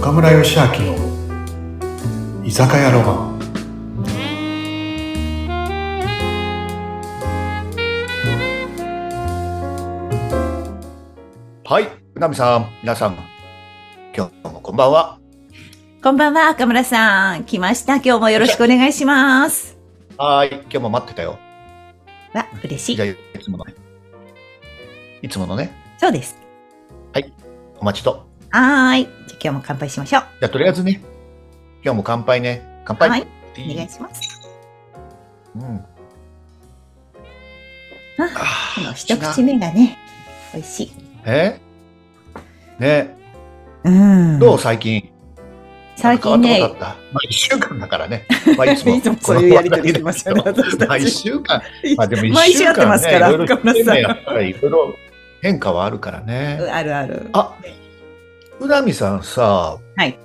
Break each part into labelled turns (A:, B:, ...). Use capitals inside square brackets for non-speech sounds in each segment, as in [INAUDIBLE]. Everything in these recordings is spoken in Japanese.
A: 岡村義明の居酒屋ロマン
B: はい、なみさん、皆さん、今日もこんばんは。
C: こんばんは、岡村さん。来ました。今日もよろしくお願いします。
B: はーい、今日も待ってたよ。
C: わ、嬉
B: じ
C: し
B: ゃあ
C: い。
B: いつものね。いつものね、
C: そうです。
B: お待ちと。
C: はーい。じゃあ今日も乾杯しましょう。
B: じゃあとりあえずね、今日も乾杯ね。乾
C: はい。
B: 杯。
C: お願いします。
B: うん。
C: あこの一口目がね、美味しい。
B: えね
C: うん
B: どう最近、
C: 最近
B: 変わっ、
C: ね
B: たことあったまあ一週間だから
C: [LAUGHS]
B: ね。まあいつも。
C: いつもそういうやりとりしてます [LAUGHS] よね
B: この話だけどまあ一
C: 私
B: 週間。まあでも一
C: 毎
B: 週
C: 週
B: 間、ね、
C: やってますか
B: い
C: ら、
B: ろいろ
C: 岡村さん。
B: やっぱりいろいろ変化はあるからね。
C: あるある。
B: あ、うなみさんさ、
C: はい。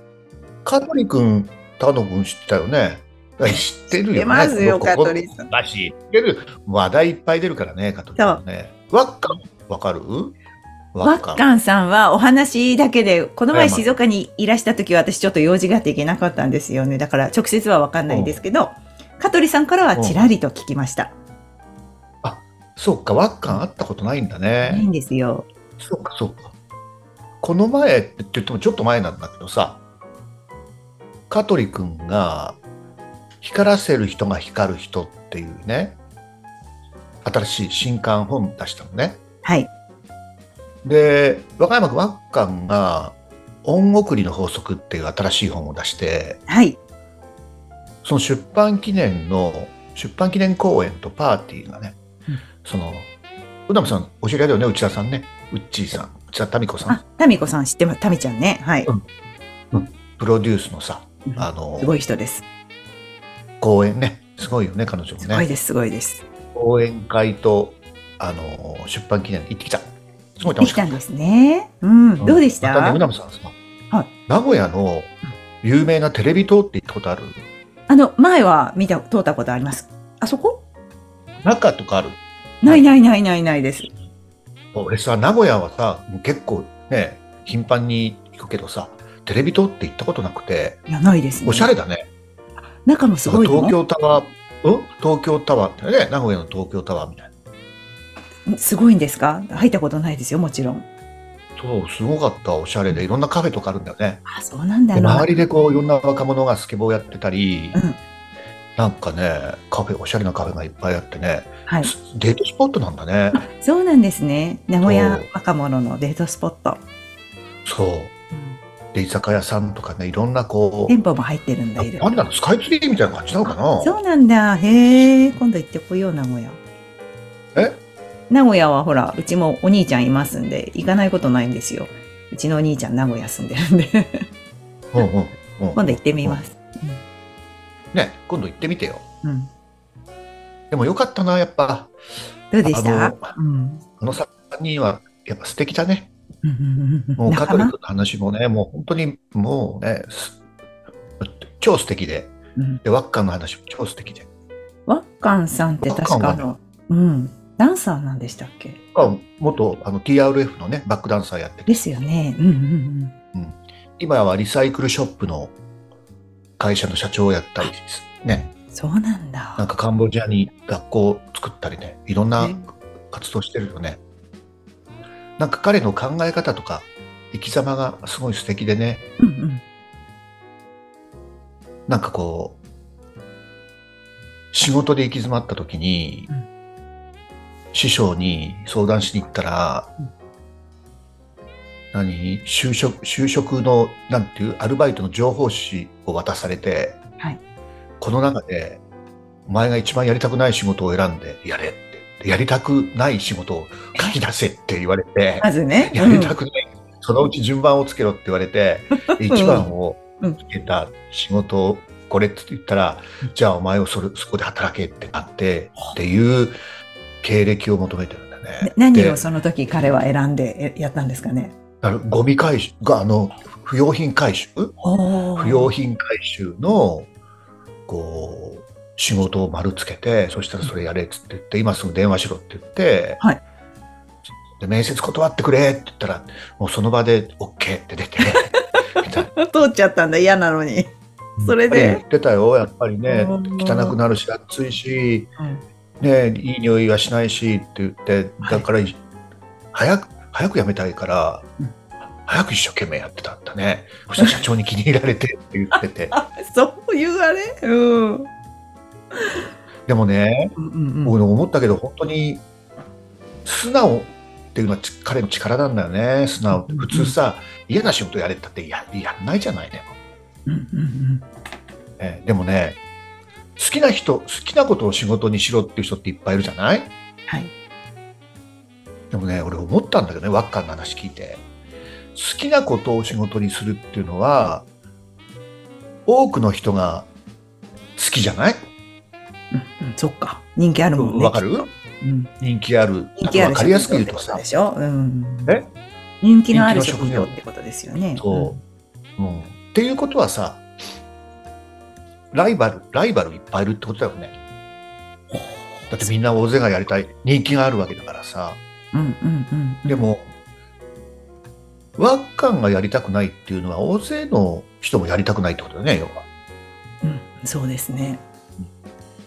B: 香取君、田野君知ってたよね。知ってるよね。
C: 出ますよ、
B: ここ
C: 香取さん。
B: だし、知ってる。話題いっぱい出るからね、香取君ね。わっかん、わかる
C: ワ
B: わ
C: ッカンさんはお話だけで、この前
B: 謝る
C: 静岡にいらした時は私ちょっと用事があって行けなかったんですよね。だから直接はわかんないんですけど、香取さんからはちらりと聞きました。
B: そうか、わっかん会ったことないんだ
C: ない
B: ね。
C: んですよ。
B: そうか、そうか。この前って言ってもちょっと前なんだけどさ、香取君が、光らせる人が光る人っていうね、新しい新刊本出したのね。
C: はい。
B: で和歌山君ワッカンが「恩送りの法則」っていう新しい本を出して
C: はい。
B: その出版記念の出版記念公演とパーティーがね、
C: うん
B: その宇多美さんお知り合いだよね内田さんねうっちーさん内田民子さん
C: あ、タミコさん知ってます。タミちゃんね。はい。
B: プロデュースのさ
C: うん
B: あの
C: すごい人です。
B: 公演ねすごいよね彼女も
C: すごい
B: ね
C: です、すごいです。
B: 講演会とあの出版記念行ってきたすごい楽
C: でき
B: しか
C: た
B: っ
C: ん
B: た
C: ですね。うん。どうでし
B: また
C: た
B: ね宇多美さんさ、
C: はい
B: 名古屋の有名なテレビ塔って行ったことある
C: あの、前は見た、通ったことあります。あそこ
B: 中とかある
C: ないないないないないです。
B: 俺さ名古屋はさもう結構ね頻繁に行くけどさテレビ塔って行ったことなくて
C: いや、ないですね。
B: おしゃれだね、
C: 中もすごいの
B: 東京タワーうん東京タワーってね名古屋の東京タワーみたいな
C: すごいんですか入ったことないですよ、もちろん。
B: そうすごかったおしゃれでいろんなカフェとかあるんだよね
C: あ、そうなんだ
B: で
C: あの
B: 周りでこういろんな若者がスケボーやってたり、
C: うん
B: なんかねカフェおしゃれなカフェがいっぱいあってね、
C: はい。
B: デートスポットなんだね
C: そうなんですね。名古屋
B: そう
C: 若者のデートスポット。
B: そうで居酒屋さんとかねいろんなこう
C: 店舗も入ってるんだ、いる。
B: なんだろうスカイツリーみたいな感じなのかな
C: そうなんだ。へえ。今度行ってこよう、名古屋。
B: え
C: 名古屋はほら、うちもお兄ちゃんいますんで、行かないことないんですよ。うちのお兄ちゃん名古屋住んでるんで、 [LAUGHS]
B: うんうんうん
C: 今度行ってみます。
B: ね、今度行ってみてよ。
C: うん。
B: でもよかったな、やっぱ、
C: どうでした
B: あの
C: うん。
B: この3人は、やっぱ素敵だね。もう、カ
C: 仲
B: トリッ
C: 間
B: クの話もね、もう本当に、もうね、す超素敵で、
C: うん
B: で、ワッカンの話も超素敵で。
C: ワッカンさんって確かあ
B: ワ
C: の、うん、ダンサーなんでしたっけ
B: ワッカン元あの TRF のね、バックダンサーやってて、
C: ですよね。うんうんうん。
B: 今はリサイクルショップの会社の社長をやったりです、ね、
C: そうなんだ。
B: なんかカンボジアに学校を作ったりね、いろんな
C: ね
B: 活動してるよね。なんか彼の考え方とか、生き様がすごい素敵でね、
C: うんうん。
B: なんかこう、仕事で行き詰まった時に、
C: うん
B: 師匠に相談しに行ったら、何就職、就職の、なんていう、アルバイトの情報誌を渡されて、
C: はい
B: この中で、お前が一番やりたくない仕事を選んでやれってでやりたくない仕事を書き出せって言われて、
C: まずね。
B: やりたくない、そのうち順番をつけろって言われて、
C: [LAUGHS]
B: で一番をつけた仕事をこれって言ったら、じゃあお前をそれそこで働けってなってっていう経歴を求めてるんだ
C: うん
B: ね
C: な。何を
B: で
C: その時彼は選んでえやったんですかね。
B: あのゴミ回収があの不用品回収
C: お
B: 不用品回収のこう仕事を丸つけてそしたらそれやれっつって言って今すぐ電話しろって言って、
C: はい [LAUGHS]
B: で面接断ってくれって言ったらもうその場で OK って出てみたいな。
C: 通っちゃったんだ、嫌なのに。それ
B: やっぱり
C: で。
B: 言ってたよ、やっぱりね、
C: うん
B: 汚くなるし、暑いし、
C: うん
B: ね、いい匂いはしないしって言って、
C: は
B: だ
C: い
B: から、早く、早くやめたいから、
C: うん
B: 早く一生懸命やってたんだね。そしたら社長に気に入られてって言ってて。
C: あ、そういうあれうん。うん
B: でもね、
C: うんうん。
B: 僕思ったけど、本当に、素直っていうのはち彼の力なんだよね、素直って。
C: うん
B: 普通さ、嫌な仕事やれたってややんないじゃないね。
C: うんうん
B: えーでもね、好きな人、好きなことを仕事にしろっていう人っていっぱいいるじゃない
C: はい。
B: でもね、俺思ったんだけどね、ワッカンの話聞いて。好きなことを仕事にするっていうのは、多くの人が好きじゃない
C: うんうんそっか。人気あるもんね。
B: わかる
C: うん
B: 人気ある。
C: 人気ある
B: わかりやすく言うと
C: 職業
B: さ
C: ってことで、しょ、うん、
B: え
C: 人気のある
B: 人気の
C: 職
B: 職業
C: 業ってことですよね。
B: そう、うん。っていうことはさ、ライバル、ライバルいっぱいいるってことだよね。だってみんな大勢がやりたい、人気があるわけだからさ。
C: うん。うんうんうんうん。
B: でも、ワッカンがやりたくないっていうのは、大勢の人もやりたくないってことだよね、要は。
C: うん、そうですね。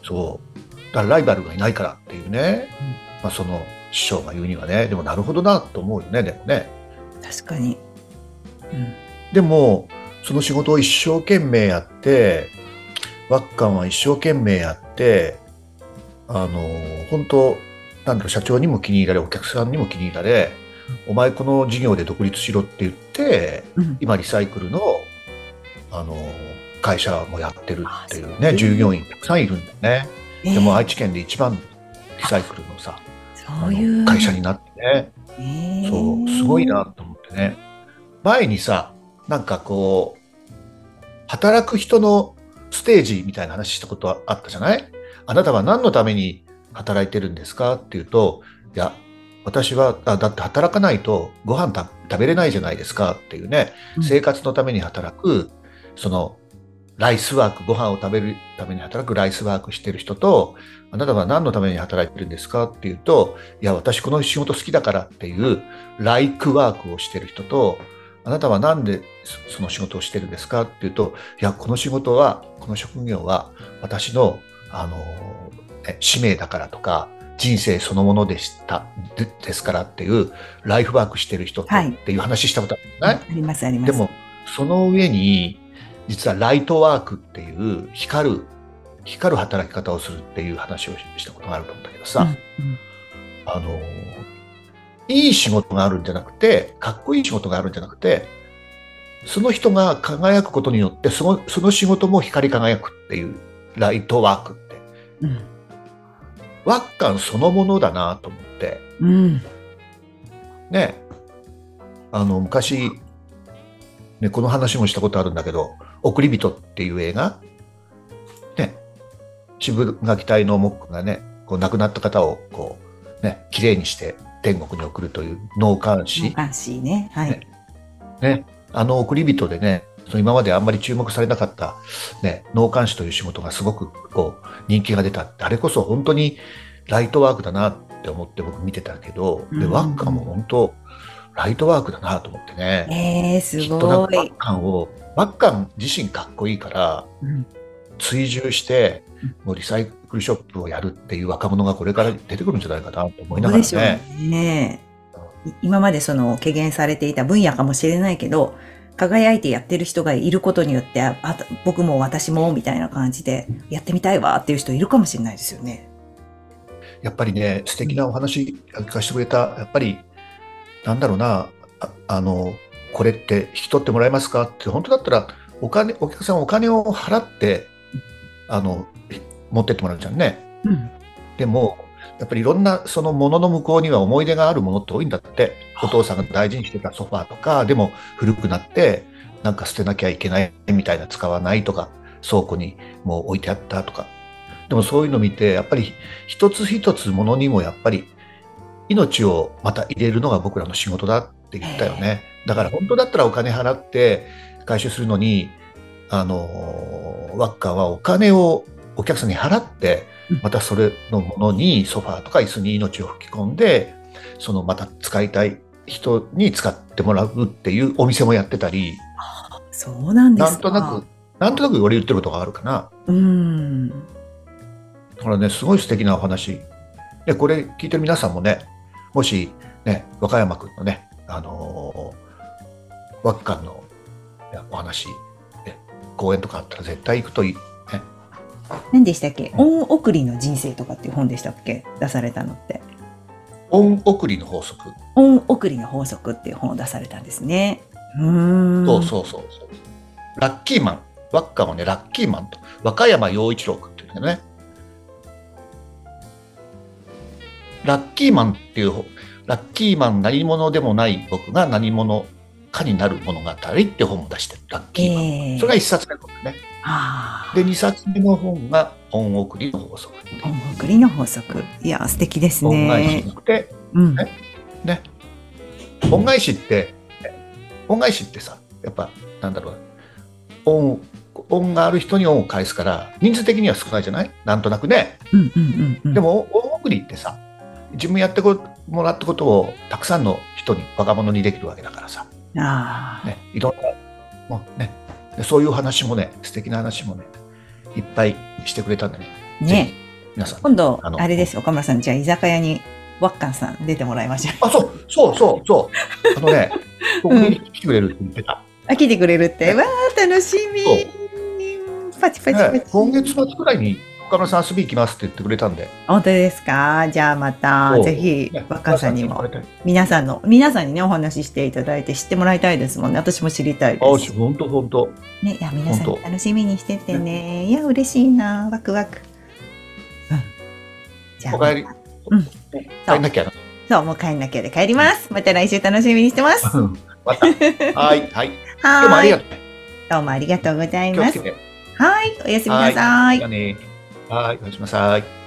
B: そう。だからライバルがいないからっていうね、
C: うん
B: まあ、その師匠が言うにはね、でもなるほどなと思うよね、でもね。
C: 確かに。うん。
B: でも、その仕事を一生懸命やって、ワッカンは一生懸命やって、あの、本当なんだろう、社長にも気に入られ、お客さんにも気に入られ、お前この事業で独立しろって言って、
C: うん
B: 今リサイクルの、あの、会社もやってるっていう
C: あ
B: ね、
C: そう
B: 従業員たくさんいるんだよね。でも愛
C: え
B: 知県で一番リサイクルのさ、
C: ー
B: あ
C: そういう
B: の会社になってね、
C: えー
B: そう、すごいなと思ってね。前にさ、なんかこう、働く人のステージみたいな話したことはあったじゃないあなたは何のために働いてるんですかっていうと、いや、私は、あだって働かないとご飯た食べれないじゃないですかっていうね、
C: うん
B: 生活のために働く、その、ライスワーク、ご飯を食べるために働くライスワークしてる人と、あなたは何のために働いてるんですかっていうと、いや、私この仕事好きだからっていう、ライクワークをしてる人と、あなたはなんでそその仕事をしてるんですかっていうと、いや、この仕事は、この職業は、私の、あの、ね使命だからとか、人生そのものでした、でですからっていう、ライフワークしてる人と
C: はい
B: っていう話したことあるじゃ
C: あ
B: ない、
C: りますあります。
B: でも、その上に、実はライトワークっていう、光る、光る働き方をするっていう話をしたことがあると思うんだけどさ、
C: うんうん
B: あの、いい仕事があるんじゃなくて、かっこいい仕事があるんじゃなくて、その人が輝くことによって、その、その仕事も光り輝くっていう、ライトワークって、ワッカンそのものだなと思って、
C: うん。うん。
B: ね、あの、昔、ね、この話もしたことあるんだけど、送り人っていう映画、ね、渋垣隊のモックがね、こう亡くなった方を、こう、ね、綺麗にして天国に送るという納棺師、
C: おかしいね。はい。
B: ね、あの送り人でね、その今まであんまり注目されなかった、ね、納棺師という仕事がすごくこう人気が出た。あれこそ本当にライトワークだなって思って僕見てたけど、で、
C: うん
B: ワッカンも本当、ライトワークだなと思ってね。
C: えー、す
B: きっとなん
C: ご
B: かワ
C: い
B: ッ。カンを、ワッカン自身かっこいいから、
C: うん
B: 追従して、もうリサイクルショップをやるっていう若者がこれから出てくるんじゃないかなと思いな
C: ど
B: がら
C: うでしょう
B: ね。
C: ね。い今までその軽減されていた分野かもしれないけど、輝いてやってる人がいることによって、ああと僕も私もみたいな感じで、やってみたいわっていう人いるかもしれないですよね。
B: やっぱりね、素敵なお話聞かせてくれた、やっぱり、なんだろうな、ああの、これって引き取ってもらえますかって、本当だったら、お金、お客さんお金を払って、あの、持ってってもらうじゃんね。
C: うん。
B: でも、やっぱりいろんなそのものの向こうには思い出があるものって多いんだって、お父さんが大事にしてたソファーとか、でも古くなって、なんか捨てなきゃいけないみたいな使わないとか、倉庫にもう置いてあったとか。でもそういうの見て、やっぱり一つ一つものにもやっぱり命をまた入れるのが僕らの仕事だって言ったよね。だから本当だったらお金払って回収するのに、あの、ワッカーはお金をお客さんに払って
C: うん、
B: またそれのものにソファーとか椅子に命を吹き込んで、そのまた使いたい人に使ってもらうっていうお店もやってたり、
C: そうなんで
B: な
C: す
B: んと
C: か。
B: なく、なんとなく俺言ってることがあるかな。
C: く。うん。
B: これね、すごい素敵なお話。で、これ聞いてる皆さんもね、もし、ね、和歌山くんのね、あのー、和歌のねお話、ね、講演とかあったら絶対行くといい。
C: 何でしたっけ恩送りの人生とかっていう本でしたっけ出されたのって。
B: 恩送りの法則。
C: 恩送りの法則っていう本を出されたんですね。うーん。
B: そうそうそうそう。ラッキーマン。和歌はね、ラッキーマンと、和歌山陽一郎君っていうんだよね。ラッキーマンっていう本、ラッキーマン何者でもない僕が何者かになる物語っていう本も出してる、ラッキーマン。
C: ええ
B: それが1冊目の本だね。
C: ああ
B: で、2冊目の本が、本送りの法則。
C: 恩送りの法則。いや、素敵です
B: 本返し
C: ね
B: じ。ゃなくて、
C: うん。
B: ね恩返しって、恩返しってさ、やっぱ、なんだろう、恩、恩がある人に恩を返すから、人数的には少ないじゃないなんとなくね。
C: うんうんうん。
B: で、も、恩送りってさ、自分やってこもらったことをたくさんの人に、若者にできるわけだからさ、
C: ああ。
B: ね、いろんな、もうね、でそういう話もね、素敵な話もね、いっぱいしてくれたんでね、
C: ね。
B: 皆さん。
C: 今度、
B: あの
C: あれです、岡村さん。じゃあ、居酒屋に、ワッカンさん出てもらいましょ
B: [LAUGHS]
C: う。
B: あ、そう、そう、そう、そう。あの
C: [LAUGHS]
B: ね、ここに来てくれるって言ってた。
C: あ、来てくれるって。
B: ね
C: わあ、楽しみ
B: そ。
C: パチパチパチ。
B: ね今月末くらいに岡村さん遊び行きますって言ってくれたんで、
C: 本当ですかじゃあまた、
B: そう
C: ぜひ
B: ね、
C: ワッカンさんに
B: 岡
C: も、
B: 村さん
C: 皆さんの、皆さんにね、お話ししていただいて知ってもらいたいですもんね。私も知りたいで
B: あ、
C: す。
B: 本当本当。
C: ね、いや、皆さん
B: 本当
C: 楽しみにしててね。いや、嬉しいな。ワクワク。うん。じゃあ、
B: お帰り。
C: うん
B: 帰んなきゃな。
C: そう、もう帰んなきゃで帰ります。また来週楽しみにしてます。は
B: うん [LAUGHS] また。
C: [LAUGHS]
B: はい、はい。今日もあ
C: ー
B: り
C: い。
B: がとう。
C: どうもありがとうござい
B: 気を
C: ま
B: つ
C: す
B: け。て。
C: はーい。おやすみなさーい
B: じゃあ。ね。はい、おやすみなさい。